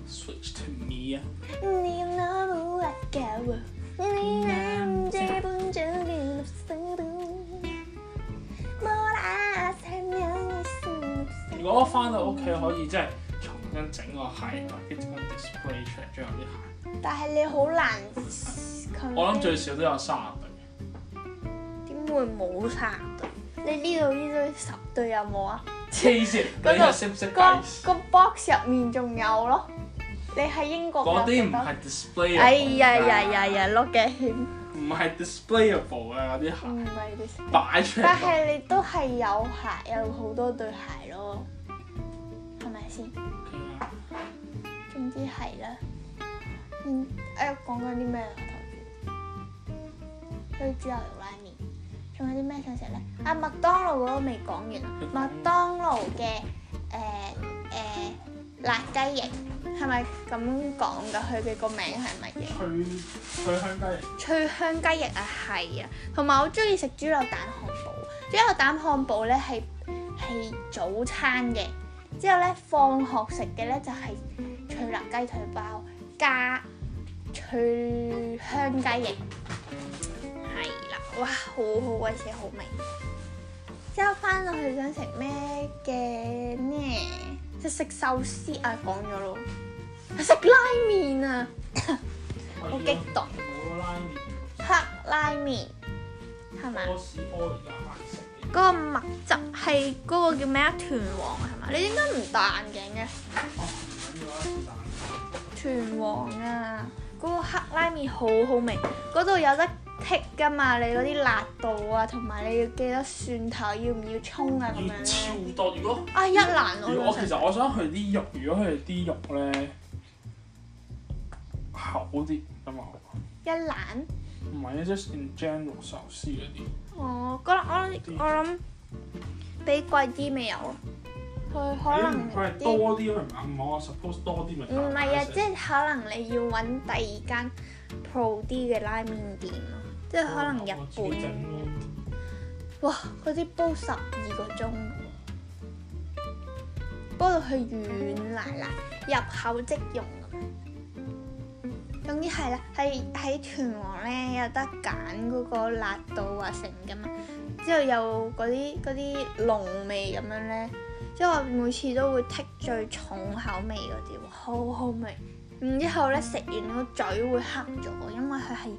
Speaker 1: ，Switch to me 啊！
Speaker 2: 你那不愛教我，你那這本就叫讀書讀，冇啦，才妙的書。
Speaker 1: 如果翻到屋企可以即係重新整個鞋帶，跟住整個 display 出嚟，將有啲鞋。
Speaker 2: 但係你好難，
Speaker 1: 我諗最少都有三十對，
Speaker 2: 點會冇三對？你呢度呢堆十對有冇啊？
Speaker 1: 黐線！
Speaker 2: 嗰
Speaker 1: 你係
Speaker 2: 度
Speaker 1: 識唔識
Speaker 2: 個
Speaker 1: 計時？
Speaker 2: 個 box 入面仲有咯，你喺英國
Speaker 1: 嗰啲
Speaker 2: 有
Speaker 1: 唔
Speaker 2: 幾多
Speaker 1: 係 display。
Speaker 2: 哎呀呀呀！呀，碌嘅險，
Speaker 1: 唔係 displayable 啊，嗰啲
Speaker 2: 唔
Speaker 1: 鞋
Speaker 2: 係啲十。
Speaker 1: 擺出
Speaker 2: 但
Speaker 1: 嚟。
Speaker 2: 係你都係有鞋，有好多對鞋咯，係咪先？總之係啦。嗯，誒講緊啲咩啊？頭先水煮牛肉拉麵，仲有啲咩想食咧？啊，麥當勞嗰個未講完啊！麥當勞嘅誒誒辣雞翼係咪咁講㗎？佢嘅個名係乜嘢？
Speaker 1: 佢佢香雞翼
Speaker 2: 脆香雞翼啊，係啊，同埋我中意食豬柳蛋漢堡。豬柳蛋漢堡咧係係早餐嘅，之後咧放學食嘅咧就係、脆辣雞腿包加脆香雞翼，係啦。哇，好好鬼死好味！之後翻到去想食咩嘅呢？即係食壽司啊，講咗咯，食拉麵啊，好激動
Speaker 1: 我拉麵，
Speaker 2: 黑拉麵係咪？
Speaker 1: 屙屎屙完就難食嘅。
Speaker 2: 嗰個墨汁係嗰個叫咩啊？豚王係咪？你點解唔戴眼鏡嘅？
Speaker 1: 哦，唔緊要啦，是但
Speaker 2: 豚王啊！嗰、個黑拉麵好好味，嗰度有得剔噶嘛？你嗰啲辣度啊，同埋你要記得蒜頭要唔要葱啊咁
Speaker 1: 要
Speaker 2: 樣咧。
Speaker 1: 超多，如果
Speaker 2: 啊一蘭
Speaker 1: 如果
Speaker 2: 我
Speaker 1: 我
Speaker 2: 想
Speaker 1: 其
Speaker 2: 食
Speaker 1: 實我想佢啲肉，如果佢哋啲肉咧厚啲咁嘛，
Speaker 2: 一蘭，
Speaker 1: 唔係 just in general 壽司嗰啲。
Speaker 2: 哦，嗰我我諗比貴啲未有咯，佢可能
Speaker 1: 佢係
Speaker 2: 啲
Speaker 1: 多啲，佢唔啱我。suppose 多啲咪
Speaker 2: 唔係啊，即係可能你要揾第二間 pro 啲嘅拉麵店咯，即係可能日本。哇！嗰啲煲十二個鐘，煲到佢軟辣辣，入口即溶咁樣。總之係啦，係喺豚王咧有得揀嗰個辣度啊成噶嘛，之後有嗰啲嗰啲濃味咁樣咧，之後我每次都會剔最重口味嗰啲喎，好好味。然之後咧食完個嘴會黑咗，因為佢係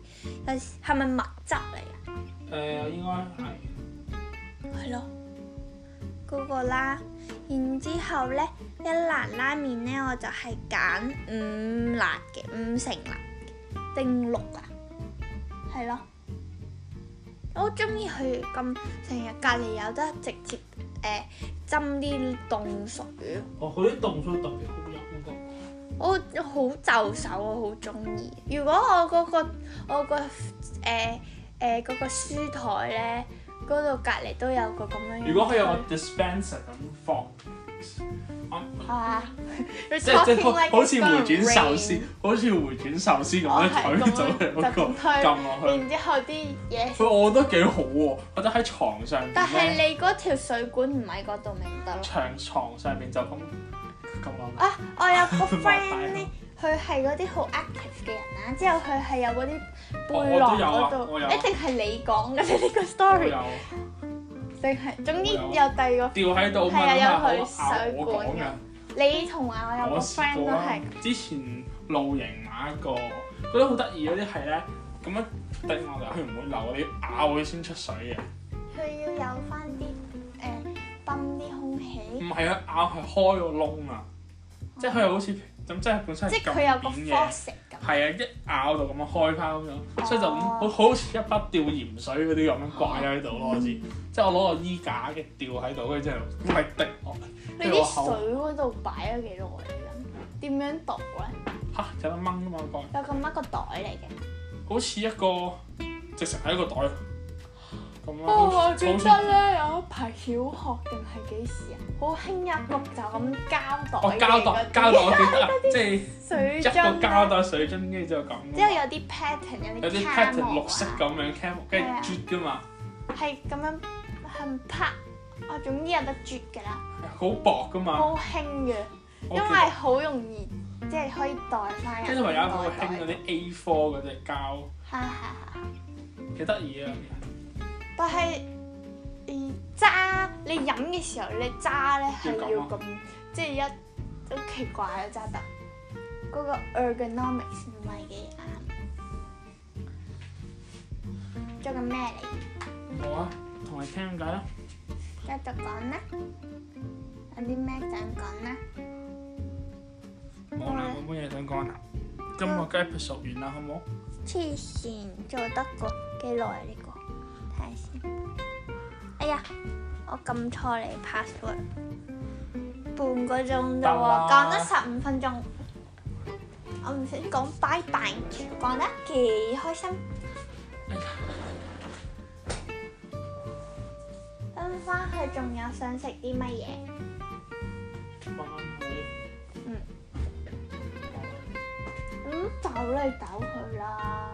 Speaker 2: 有係咪墨汁嚟㗎？
Speaker 1: 誒應該係
Speaker 2: 係咯，嗰個啦。然之後咧，一蘭拉麵咧，我就係揀五辣嘅，五成辣嘅定六啊，係咯。我中意佢咁成日隔離有得直接誒斟啲凍水，
Speaker 1: 哦，佢啲凍水特別好飲㗎。
Speaker 2: 我好就手，我好中意。如果我嗰、個我、個誒誒嗰個書台咧，嗰度隔離都有個咁樣。
Speaker 1: 如果佢有個 dispenser 咁放，啱
Speaker 2: 啊！即
Speaker 1: 即係即係好似回轉壽司，好似回轉壽司咁
Speaker 2: 哦
Speaker 1: 樣
Speaker 2: 係
Speaker 1: 推咗佢嗰
Speaker 2: 咁
Speaker 1: 個
Speaker 2: 樣就咁推
Speaker 1: 撳落去。
Speaker 2: 然之後啲嘢，
Speaker 1: 佢我覺得幾好喎，我覺得喺床上
Speaker 2: 但
Speaker 1: 邊
Speaker 2: 係
Speaker 1: 咧，
Speaker 2: 你嗰條水管唔喺嗰度咪唔得咯？
Speaker 1: 長床上邊就咁撳落去。
Speaker 2: 啊！我有 個
Speaker 1: 麻煩
Speaker 2: friend 咧，佢係嗰啲好 active 嘅人啦，之後佢係有嗰啲
Speaker 1: 我
Speaker 2: 背囊嗰
Speaker 1: 我都有啊
Speaker 2: 度，
Speaker 1: 我有
Speaker 2: 一定係你講嘅呢個
Speaker 1: 我
Speaker 2: story，
Speaker 1: 有
Speaker 2: 定係總之
Speaker 1: 我有啊
Speaker 2: 有第二個。
Speaker 1: 吊喺度問
Speaker 2: 係啊
Speaker 1: 下
Speaker 2: 有
Speaker 1: 我
Speaker 2: 佢
Speaker 1: 啊
Speaker 2: 水
Speaker 1: 我
Speaker 2: 管
Speaker 1: 講
Speaker 2: 㗎
Speaker 1: 㗎。
Speaker 2: 你同埋我有
Speaker 1: 我
Speaker 2: 個
Speaker 1: 試
Speaker 2: friend
Speaker 1: 過
Speaker 2: 都
Speaker 1: 啊啦
Speaker 2: 係，
Speaker 1: 之前露營買一個，覺得好得意嗰啲係咧，咁樣滴落嚟，佢唔會流，你要咬佢先出水嘅。
Speaker 2: 佢要有翻啲誒泵啲空氣，
Speaker 1: 唔係啊，咬係開個窿啊，即係佢又好似咁，即係本身
Speaker 2: 即
Speaker 1: 係
Speaker 2: 係佢有
Speaker 1: 咁
Speaker 2: 個
Speaker 1: 扁嘅。
Speaker 2: faucet 咁。
Speaker 1: 係啊，一咬就咁樣開翻咁樣，所以就咁
Speaker 2: 哦
Speaker 1: 好好似一筆吊鹽水嗰啲咁樣掛咗喺度咯。我知，即係我攞個衣架嘅吊喺度，跟住之後咪滴哦落嚟，
Speaker 2: 你
Speaker 1: 跟住我
Speaker 2: 啲
Speaker 1: 口
Speaker 2: 水嗰度擺咗幾耐咧？點樣度咧？
Speaker 1: 嚇有得掹㗎嘛個，
Speaker 2: 有咁一個袋嚟嘅。
Speaker 1: 好似一個直成係一個袋咁樣，
Speaker 2: 哦，
Speaker 1: 好
Speaker 2: 我
Speaker 1: 似
Speaker 2: 記
Speaker 1: 好似
Speaker 2: 得咧有一排小學定係幾時啊？好興一個就咁膠袋
Speaker 1: 哦膠
Speaker 2: 嘅嗰啲
Speaker 1: 袋膠袋我記得啊，即係
Speaker 2: 水
Speaker 1: 一
Speaker 2: 樽
Speaker 1: 個膠
Speaker 2: 啦，
Speaker 1: 袋水樽，跟住就咁。
Speaker 2: 之後有啲 pattern 有
Speaker 1: 有
Speaker 2: 啲
Speaker 1: 啲
Speaker 2: camo
Speaker 1: pattern 綠色
Speaker 2: 啊
Speaker 1: 咁樣 cam，跟住啜㗎嘛，
Speaker 2: 係咁樣係拍，我總之有得啜㗎啦，
Speaker 1: 好薄㗎嘛。
Speaker 2: 啊好興嘅，
Speaker 1: 啊我
Speaker 2: 因
Speaker 1: 記得
Speaker 2: 為好容易即係可以袋翻入。
Speaker 1: 跟住咪有一個興嗰啲 A4 嗰只膠，
Speaker 2: 係係係。
Speaker 1: 幾得意啊！
Speaker 2: 但係嗯揸你飲嘅時候，你揸咧係
Speaker 1: 要咁啊
Speaker 2: 要咁，即係一好奇怪啊揸得嗰個 ergonomics 唔係幾啱。做緊咩嚟？
Speaker 1: 冇啊，同你傾偈啦。
Speaker 2: 繼續講啦，有啲咩想講啦？
Speaker 1: 冇啦，冇乜嘢想講啦。今日嘅 episode 完啦，好冇？
Speaker 2: 黐線，做得過幾耐呢個？睇下先。哎呀，我撳錯你 password，半個鐘啫
Speaker 1: 得啦
Speaker 2: 喎，講得十五分鐘。我唔想講拜拜，講得幾開心。
Speaker 1: 哎
Speaker 2: 咁翻去仲有想食啲乜嘢？
Speaker 1: 翻去
Speaker 2: 嗯，咁走嚟走去啦，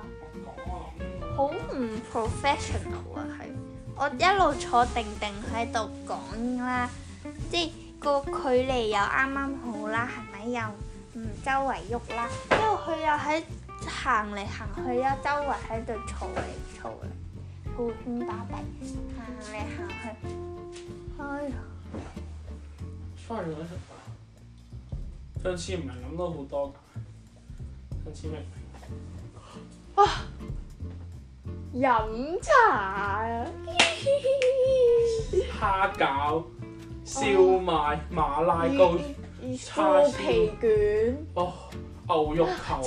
Speaker 2: 好唔 professional 啊！係，我一路坐定定喺度講啦，即係個距離又啱啱好啦，係咪又唔周圍喐啦？因為佢又喺行嚟行去啦，周圍喺度嘈嚟嘈去，個圈巴閉，行嚟行去。哎呀，
Speaker 1: 翻嚟食飯。上次唔係諗到好多㗎，上次明明
Speaker 2: 啊
Speaker 3: 飲茶啊！
Speaker 1: 蝦餃、燒賣、馬拉糕、叉
Speaker 3: 酥皮卷，
Speaker 1: 哦牛肉球、
Speaker 3: 誒誒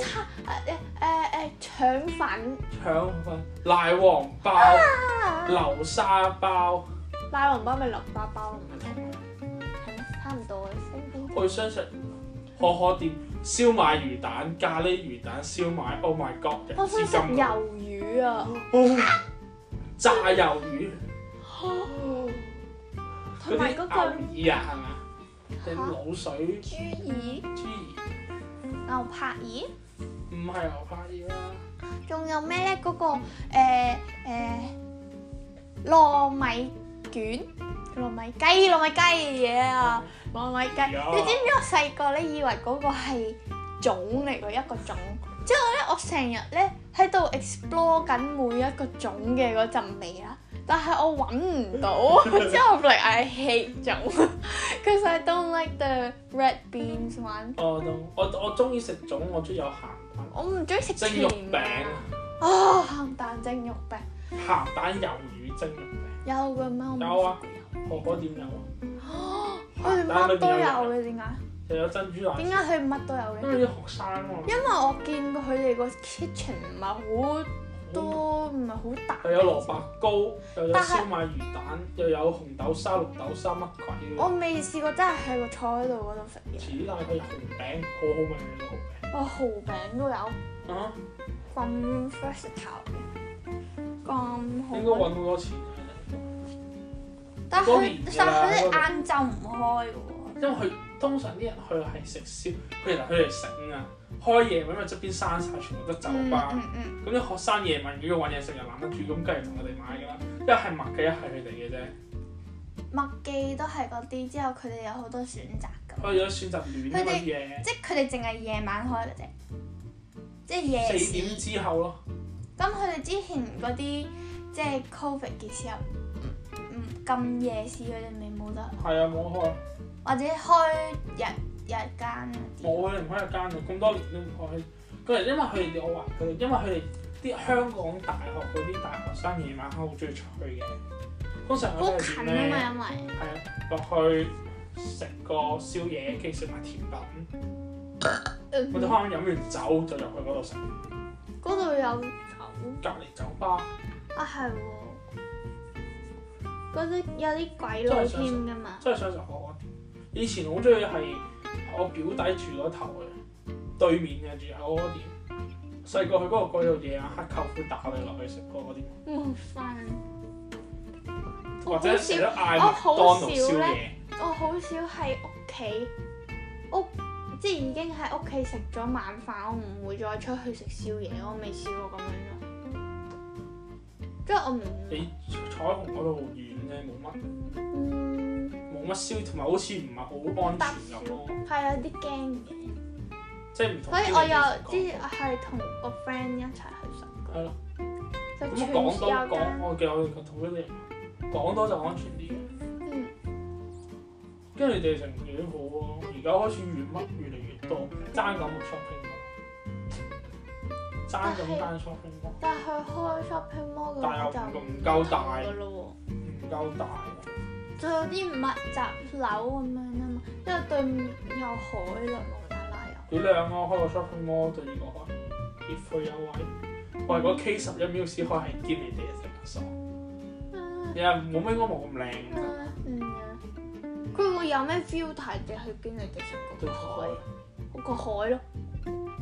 Speaker 3: 誒腸粉、啊
Speaker 1: 腸粉、奶黃包、流沙包。
Speaker 3: 奶黃包咪淋包包，係咩？差唔多嘅聲
Speaker 1: 去商場可可店燒賣魚蛋、咖喱魚蛋、燒賣，Oh my God！人
Speaker 3: 我想
Speaker 1: 之
Speaker 3: 食
Speaker 1: 金
Speaker 3: 魷魚啊！
Speaker 1: 哦炸魷魚
Speaker 3: 哦同埋嗰
Speaker 1: 嗰啲
Speaker 3: 個
Speaker 1: 牛耳啊，係咪？定滷水
Speaker 2: 豬耳、
Speaker 1: 豬耳？
Speaker 2: 牛柏耳，
Speaker 1: 唔係牛啊柏耳啦，
Speaker 2: 仲有咩咧？嗰、個誒誒、呃呃糯米卷、糯米雞、糯米雞嘢啊，糯米雞。
Speaker 1: 呀
Speaker 2: 你知唔知我細個咧以為嗰個係種嚟嘅一個種，之後咧我成日咧喺度 explore 緊每一個種嘅嗰陣味啦，但係我揾唔 到，之後嚟 I hate 種，cause I don't like the red beans one。
Speaker 1: 我都哦我我中意食粽，我中意有鹹
Speaker 2: 我唔中意食
Speaker 1: 蛋、蒸肉
Speaker 2: 甜
Speaker 1: 餅、
Speaker 2: 啊，鹹蛋蒸肉餅啊
Speaker 1: 鹹蛋魷魚蒸肉餅，
Speaker 2: 有嘅咩？我冇
Speaker 1: 有啊
Speaker 2: 食過
Speaker 1: 可可店有啊，
Speaker 2: 哦我哋乜都有嘅，點解？
Speaker 1: 又有珍珠奶
Speaker 2: 點解
Speaker 1: 茶，
Speaker 2: 佢乜都有嘅？
Speaker 1: 因為啲學生啊嘛，
Speaker 2: 因為我見過佢哋個 kitchen 唔係好多，唔係好大。
Speaker 1: 又有蘿蔔糕，又有
Speaker 2: 但係
Speaker 1: 燒賣魚蛋，又有紅豆沙、綠豆沙乜鬼嘅
Speaker 2: 我未試過真係喺個坐喺度嗰度食嘢。
Speaker 1: 似但係佢紅餅好好味
Speaker 2: 哇，蠔
Speaker 1: 嘅紅餅
Speaker 2: 餅都有
Speaker 1: 啊，
Speaker 2: 咁 versatile 嘅，咁好
Speaker 1: 應該揾
Speaker 2: 味。
Speaker 1: 好多錢，
Speaker 2: 但係
Speaker 1: 多
Speaker 2: 佢
Speaker 1: 年㗎
Speaker 2: 但
Speaker 1: 啦
Speaker 2: 係佢
Speaker 1: 嗰個
Speaker 2: 哋晏晝唔開嘅喎。
Speaker 1: 因為佢通常啲人去係食宵，佢其實佢哋醒啊，開夜晚因為側邊山晒，全部都酒
Speaker 2: 嗯
Speaker 1: 吧。
Speaker 2: 嗯嗯，
Speaker 1: 咁啲學生夜晚如果要揾嘢食又懶得煮，咁梗係同我哋買㗎啦。一係麥嘅，一係佢哋嘅啫。
Speaker 2: 麥記都係嗰啲，之後佢哋有好多選擇㗎。
Speaker 1: 佢有選擇暖乜嘢，
Speaker 2: 即係佢哋淨係夜晚開嘅啫，即係夜
Speaker 1: 四點
Speaker 2: 市。
Speaker 1: 之後咯。
Speaker 2: 咁佢哋之前嗰啲即係 Covid 嘅時候，唔
Speaker 1: 嗯
Speaker 2: 唔咁夜市佢哋咪冇得，
Speaker 1: 係啊，冇開，
Speaker 2: 或者開日日間嗰啲。
Speaker 1: 冇佢哋唔開一間啊，咁多年都唔開。佢哋因為佢哋我話佢哋，因為佢哋啲香港大學嗰啲大學生夜晚黑好中意出去嘅，通常
Speaker 2: 好
Speaker 1: 佢哋
Speaker 2: 近
Speaker 1: 點咧
Speaker 2: 啊嘛，因為
Speaker 1: 係啊，落去食個宵夜，跟住食埋甜品，
Speaker 2: 嗯
Speaker 1: 我哋可能飲完酒就入去嗰度食，
Speaker 2: 嗰度有酒
Speaker 1: 隔離酒吧。
Speaker 2: 啊，係喎，嗰啲有啲鬼佬添㗎嘛，
Speaker 1: 真係想食可可店。以前好中意係我表弟住嗰頭嘅，對面嘅住可可店。細個去嗰個嗰度夜晚黑舅父打你落去食可可店，
Speaker 2: 嗯，瞓。
Speaker 1: 或者成日都嗌
Speaker 2: 我
Speaker 1: 麥
Speaker 2: 好
Speaker 1: 當
Speaker 2: 少
Speaker 1: 勞
Speaker 2: 呢
Speaker 1: 宵夜。
Speaker 2: 我好少喺屋企屋，即係已經喺屋企食咗晚飯，我唔會再出去食宵夜，我未試過咁樣咯。即係我唔，
Speaker 1: 你彩虹嗰度遠啫，冇乜
Speaker 2: 嗯，
Speaker 1: 冇乜宵，同埋好似唔係好安全咁咯，
Speaker 2: 係有啲驚嘅，
Speaker 1: 即係唔同
Speaker 2: 所
Speaker 1: 宵
Speaker 2: 以
Speaker 1: 夜
Speaker 2: 我又
Speaker 1: 嘅情況
Speaker 2: 之前我係同個 friend 一齊去食嘅，
Speaker 1: 係咯。
Speaker 2: 就
Speaker 1: 咁
Speaker 2: 全
Speaker 1: 港
Speaker 2: 試
Speaker 1: 島
Speaker 2: 有
Speaker 1: 港，
Speaker 2: 間，
Speaker 1: 我記得我哋個同佢哋港島就安全啲嘅。
Speaker 2: 嗯，
Speaker 1: 跟住你哋成幾好喎，而家開始越乜越嚟越多，爭咁冇 shopping mall，爭咁間 shopping mall，
Speaker 2: 但係佢開 shopping mall
Speaker 1: 但
Speaker 2: 嗰
Speaker 1: 又
Speaker 2: 個就
Speaker 1: 唔夠大，
Speaker 2: 嘅咯
Speaker 1: 唔夠大，
Speaker 2: 喎，仲有啲密集樓咁樣啊嘛，因為對面有海啦，無啦啦有。
Speaker 1: 幾靚啊！開個 shopping mall 對呢個開，跌去有位，我係嗰 K 十一 Mills 開係堅你哋成日爽，
Speaker 2: 啊
Speaker 1: 又冇咩應該冇咁靚，
Speaker 2: 嗯啊，佢會有咩 feel 睇嘅？去邊嚟嘅成個
Speaker 1: 對
Speaker 2: 海
Speaker 1: 海，，
Speaker 2: 嗰個海咯。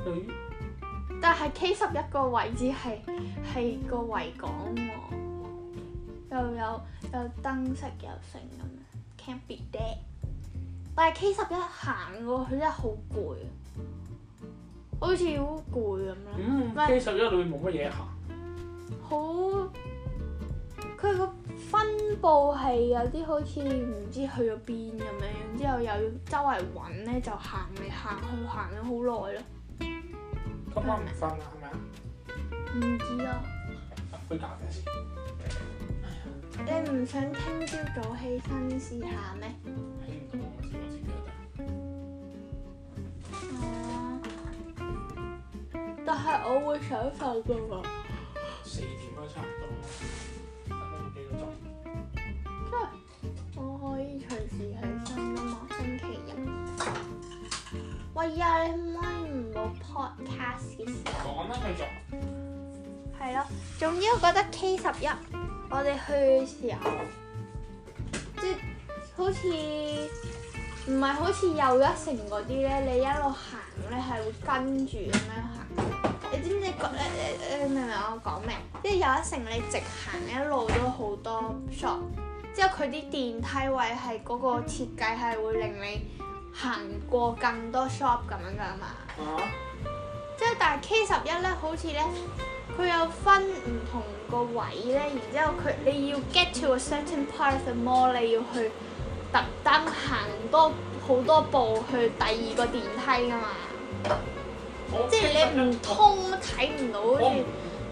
Speaker 1: 對
Speaker 2: 但係 K 十一個位置係係個維港喎，又有有燈飾又成咁樣，can't be dead。但係 K 十一行過去真係好攰，好似好攰咁啦。
Speaker 1: 嗯
Speaker 2: 喂
Speaker 1: K 十一裏面冇乜嘢行，
Speaker 2: 好，佢個分佈係有啲好似唔知去咗邊咁樣，然之後又要周圍揾咧，就行嚟行去行咗好耐咯。
Speaker 1: 今晚唔瞓啦係咪啊？
Speaker 2: 唔知啊，
Speaker 1: 飲杯咖啡先，
Speaker 2: 你唔想聽朝早起身試下咩？
Speaker 1: 睇唔到我知我自己得。
Speaker 2: 啊但係我會想瞓噶喎，
Speaker 1: 四點都差唔多，等幾個鐘。
Speaker 2: 即係我可以隨時起身噶嘛，星期日。喂呀，你可唔可以唔好 podcast 嘅時候？
Speaker 1: 講啦，繼續。
Speaker 4: 係咯，
Speaker 2: 總之我覺得 K 十一，我哋去嘅時候，即係好似唔係好似又一城嗰啲咧，你一路行咧係會跟住咁樣行。你知唔知覺得你你明唔明我講咩？即係又一城你直行一路都好多 shop，之後佢啲電梯位係嗰個設計係會令你行過更多 shop 咁樣噶嘛。
Speaker 1: 啊？
Speaker 2: 即係但係 K 十一咧，好似咧佢有分唔同個位咧，然之後佢你要 get to a certain part of the mall，你要去特登行多好多步去第二個電梯噶嘛，
Speaker 1: 我
Speaker 2: 即係你唔通睇唔到，好似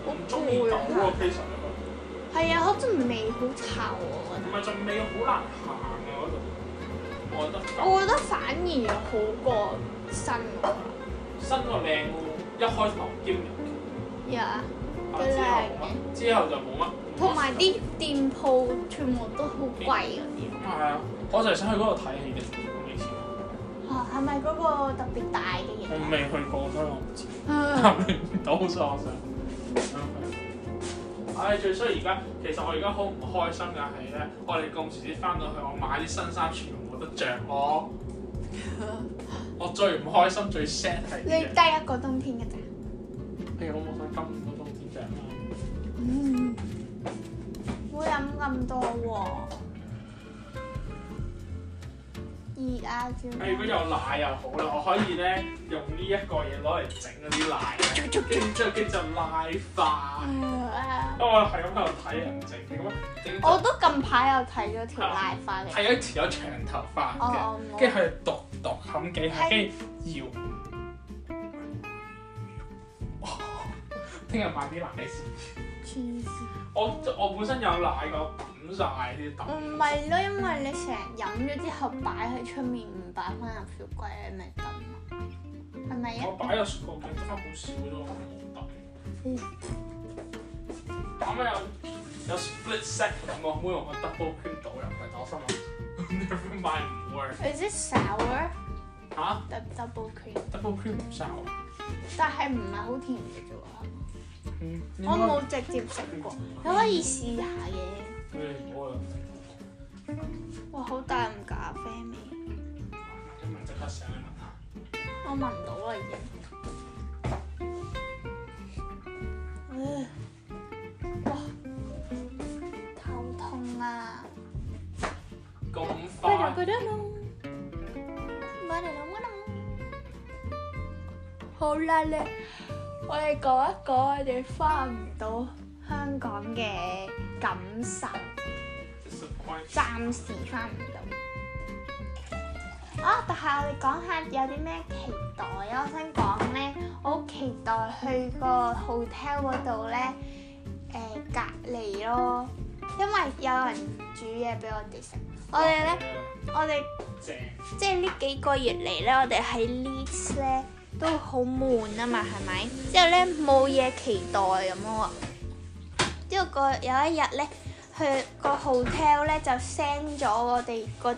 Speaker 1: 我唔中意狗喎，K 十一
Speaker 2: 係啊，真係味好臭啊！我覺
Speaker 1: 唔係仲未好難行嘅嗰度，我覺得
Speaker 2: 得
Speaker 1: 狗
Speaker 2: 我覺得反而好過新嗰
Speaker 1: 新個靚喎，一開頭兼人，
Speaker 2: 個呀
Speaker 1: 啊之後冇乜，之後就冇乜。
Speaker 2: 同埋啲店鋪全部都好貴嗰啲。
Speaker 1: 係啊，我就係想去嗰度睇戲嘅，我未試過，
Speaker 2: 啊，係咪嗰個特別大嘅嘢
Speaker 1: 我
Speaker 2: 啊？
Speaker 1: 未去過，所以我唔知。
Speaker 2: 唉
Speaker 1: 答唔到，所以我想。唉、最衰而家，其實我而家好唔開心嘅係咧，我哋咁遲先翻到去，我買啲新衫全部冇得着 我。我最唔開心、最 sad 係
Speaker 2: 你
Speaker 1: 呢樣。
Speaker 2: 得一個冬天嘅咋？
Speaker 1: 哎呀，我冇想今年個冬天着啦。
Speaker 2: 嗯，會飲咁多喎、熱啊，轉
Speaker 1: 哎，如果有奶又好啦，我可以咧用呢一個嘢攞嚟整嗰 啲奶咧，跟住跟住就拉花。
Speaker 2: 嗯
Speaker 1: 因為我係咁喺度睇人整嘅咁啊，整
Speaker 2: 啊我都近排有睇咗條拉花嘅，
Speaker 1: 係有一條有長頭髮嘅
Speaker 2: 哦，
Speaker 1: 跟住佢度度冚幾下，跟住搖。聽日買啲奶先。
Speaker 2: 黐線。
Speaker 1: 我我本身有奶㗎，抌晒啲抌。
Speaker 2: 唔係咯，因為你成日飲咗之後擺喺出面，唔擺翻入雪櫃，你咪得咯，係咪啊
Speaker 1: 我？擺咗雪櫃，得翻好少啫，我冇抌。咁啊有有 split set 咁個妹用個 double cream 倒入去，我心諗 never mind 唔 work
Speaker 2: Is it sour?
Speaker 1: 嚇
Speaker 2: Double cream，
Speaker 1: double cream 唔生啊？
Speaker 2: 但係唔係好甜嘅啫喎。
Speaker 1: 嗯，
Speaker 2: 我冇直接食過，你可以試下嘅。
Speaker 1: 應該。誒我又
Speaker 2: 哇，好淡咖啡味，
Speaker 1: 今日即刻上去問下。
Speaker 2: 我聞到啦已經。啊唉哇，頭痛啊！
Speaker 1: 咁
Speaker 2: 喂
Speaker 1: 快？
Speaker 2: 佢得咯，我哋諗好啦咧，我哋講一講我哋翻唔到香港嘅感受。
Speaker 1: disappoint
Speaker 2: 暫時翻唔到。啊！但係我哋講下有啲咩期待啊！我想講咧，我好期待去個 hotel 嗰度咧，誒、隔離咯，因為有人煮嘢俾我哋食。我哋咧，我哋
Speaker 1: 正
Speaker 2: 即係呢幾個月嚟咧，我哋喺 Leeds 咧都好悶啊嘛，係咪？之後咧冇嘢期待咁咯喎。之後個有一日咧，去個 hotel 咧就 send 咗我哋個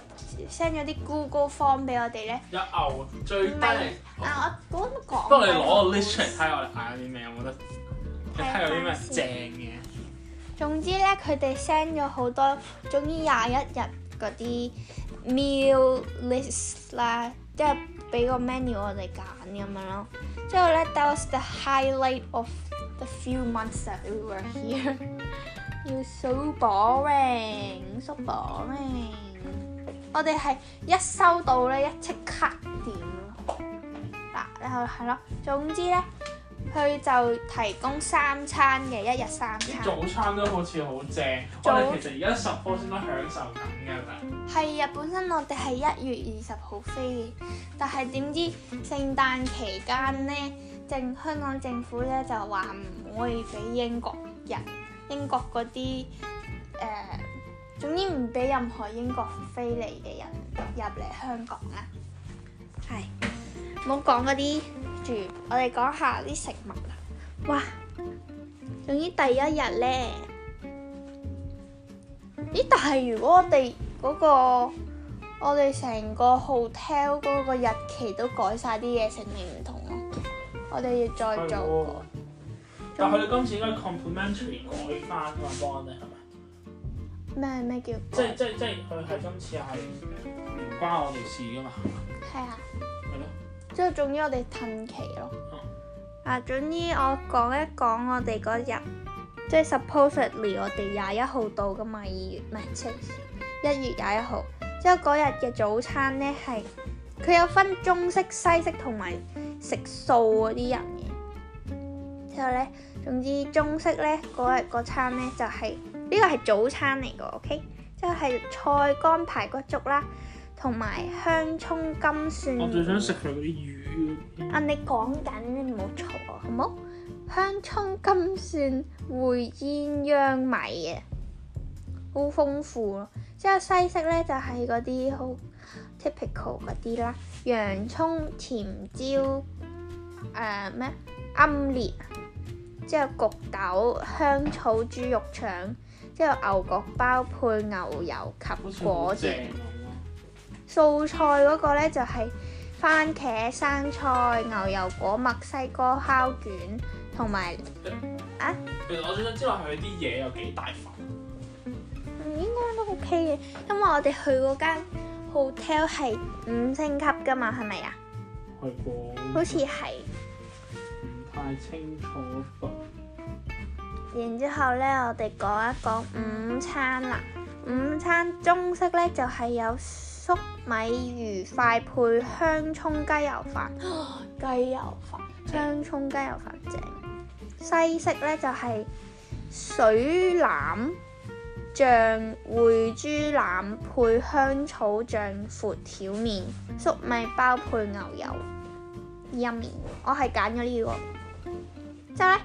Speaker 2: send 咗啲 Google Form 俾我哋咧。
Speaker 1: 一牛最低
Speaker 2: 唔係啊，我講講。
Speaker 1: 不過你攞個 list 出嚟睇下我哋嗌咗啲咩，有冇得？你睇下有啲咩
Speaker 2: 睇下
Speaker 1: 正嘅？
Speaker 2: 總之咧，佢哋 send 咗好多，總之廿一日嗰啲 meal list 啦，即係俾個 menu 我哋揀咁樣咯。之後咧，that was the highlight of the few months that we were here. You so boring, so boring. 我哋係一收到咧，一即刻點咯。嗱，然後係咯，總之咧，佢就提供三餐嘅，一日三餐
Speaker 1: 啲。早餐都好似好正，
Speaker 2: 啊
Speaker 1: 我
Speaker 2: 早
Speaker 1: 哋其實而家十科先都享受緊嘅，但
Speaker 2: 係啊，本身我哋係一月二十號飛嘅，但係點知聖誕期間呢，政香港政府呢就話唔可以俾英國人、英國嗰啲誒呃總之唔俾任何英國飛嚟嘅人入嚟香港啦。係，唔好講嗰啲住，我哋講下啲食物啦。哇！總之第一日咧，咦？但係如果我哋嗰、個我哋成個 hotel 嗰個日期都改晒啲嘢食，咪唔同咯。我哋要再做過。
Speaker 1: 但係佢哋今次應該 complementary 改翻嘛，幫我哋係咪？
Speaker 2: 咩咩叫
Speaker 1: 即係即係即係佢係今次係唔關我哋事噶嘛，
Speaker 2: 係啊？
Speaker 1: 係咯。
Speaker 2: 之後總之我哋褪期咯。啊，總之我講一講我哋嗰日，即係 supposedly 我哋廿一號到噶嘛，二月唔係即係一月廿一號。之後嗰日嘅早餐呢，係佢有分中式、西式同埋食素嗰啲人嘅。之後呢，總之中式呢嗰日個餐呢，就係、呢、個係早餐嚟噶，OK？即係菜乾排骨粥啦，同埋香葱金蒜
Speaker 1: 我哦最想食佢嗰啲魚，
Speaker 2: 嗯
Speaker 1: 嗯
Speaker 2: 啊！你講緊，你唔好嘈啊，好冇？香葱金蒜燴鴛鴦米啊，好豐富咯。之後西式咧就係嗰啲好 typical 嗰啲啦，洋葱甜椒誒咩奄列，之後焗豆香草豬肉腸，之後牛角包配牛油
Speaker 1: 好
Speaker 2: 及
Speaker 1: 似
Speaker 2: 果
Speaker 1: 好
Speaker 2: 醬
Speaker 1: 正。咁
Speaker 2: 素菜嗰個咧就係、番茄、生菜、牛油果、墨西哥烤卷同埋
Speaker 1: 其實我最想知道係佢啲嘢有幾大份。
Speaker 2: 嗯應該都 OK 嘅，因為我哋去嗰間 hotel 係五星級噶嘛，係咪啊？
Speaker 1: 係喎。
Speaker 2: 好似係。
Speaker 1: 唔太清楚噃。
Speaker 2: 然之後咧，我哋講一講午餐啦。午餐中式咧就係、有粟米魚塊配香葱雞油飯， 雞油飯，香葱雞油飯正。西式咧就係、水腩醬燴豬腩配香草醬闊條面，粟米包配牛油。Yummy！我係揀咗呢個。之後咧。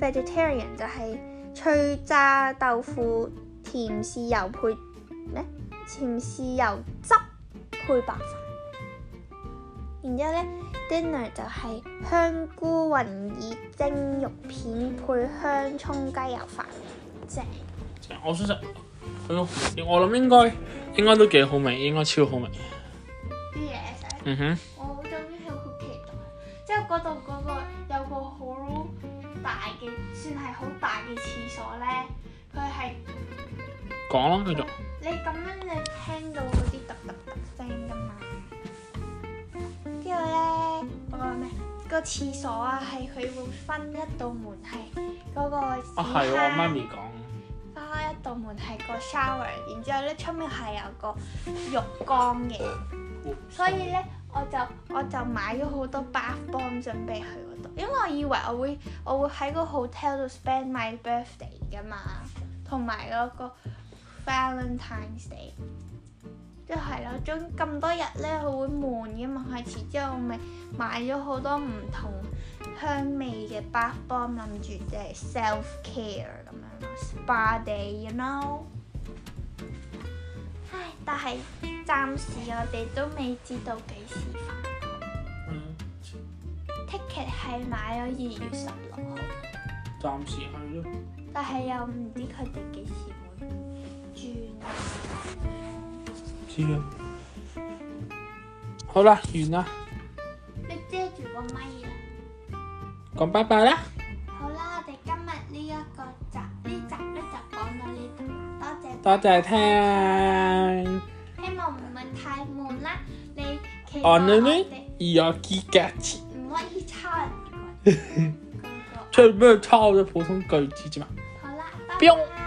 Speaker 2: vegetarian 就係脆炸豆腐、甜豉油配咩？甜豉油汁配白飯。然之後咧，dinner 就係香菇雲耳蒸肉片配香葱雞油飯，正。
Speaker 1: 正我想食佢個紅椒，我諗應該應該都幾好味，應該超好味。
Speaker 2: 啲嘢食，
Speaker 1: 嗯哼，
Speaker 2: 我好中意，好期待。之後嗰度嗰個有個好大嘅，算係好大嘅廁所咧，佢係。
Speaker 1: 講啦，繼續。
Speaker 2: 你咁樣你聽到嗰啲突突突聲噶嘛？跟住咧，嗰個咩？個廁所啊，係佢會分一道門係嗰個屎
Speaker 1: 啊係喎，我媽
Speaker 2: 坑，
Speaker 1: 咪講，
Speaker 2: 花一道門係個 shower，然之後咧出面係有個浴缸嘅，所以咧我就我就買咗好多 bath bomb 準備去嗰度，因為我以為我會我會喺個 hotel 度 spend my birthday 噶嘛，同埋嗰個 Valentine's Day。即係咯，總咁多日咧，佢會悶嘅嘛。開始之後，我咪買咗好多唔同香味嘅 bath bomb，諗住即係 self care 咁樣咯，spa day，you know。唉，但係暫時我哋都未知道幾時返。
Speaker 1: 嗯
Speaker 2: ticket 係買咗二月十六號，
Speaker 1: 暫時係咯。
Speaker 2: 但係又唔知佢哋幾時會轉啊。
Speaker 1: 知啦。好啦，完啦，
Speaker 2: 你遮住個咪啦。
Speaker 1: 講拜拜啦。
Speaker 2: 好啦，我哋今日呢一個集呢集咧就講到呢度啦，多謝。
Speaker 1: 多謝聽。
Speaker 2: 希望唔係太悶啦，你期望我
Speaker 1: 我呢呢
Speaker 2: 哋，
Speaker 1: 有幾格子，
Speaker 2: 唔可以抄人哋嗰啲嗰個
Speaker 1: 即係咩抄咗普通句子啫嘛。
Speaker 2: 好啦，
Speaker 1: 彪
Speaker 2: 拜拜。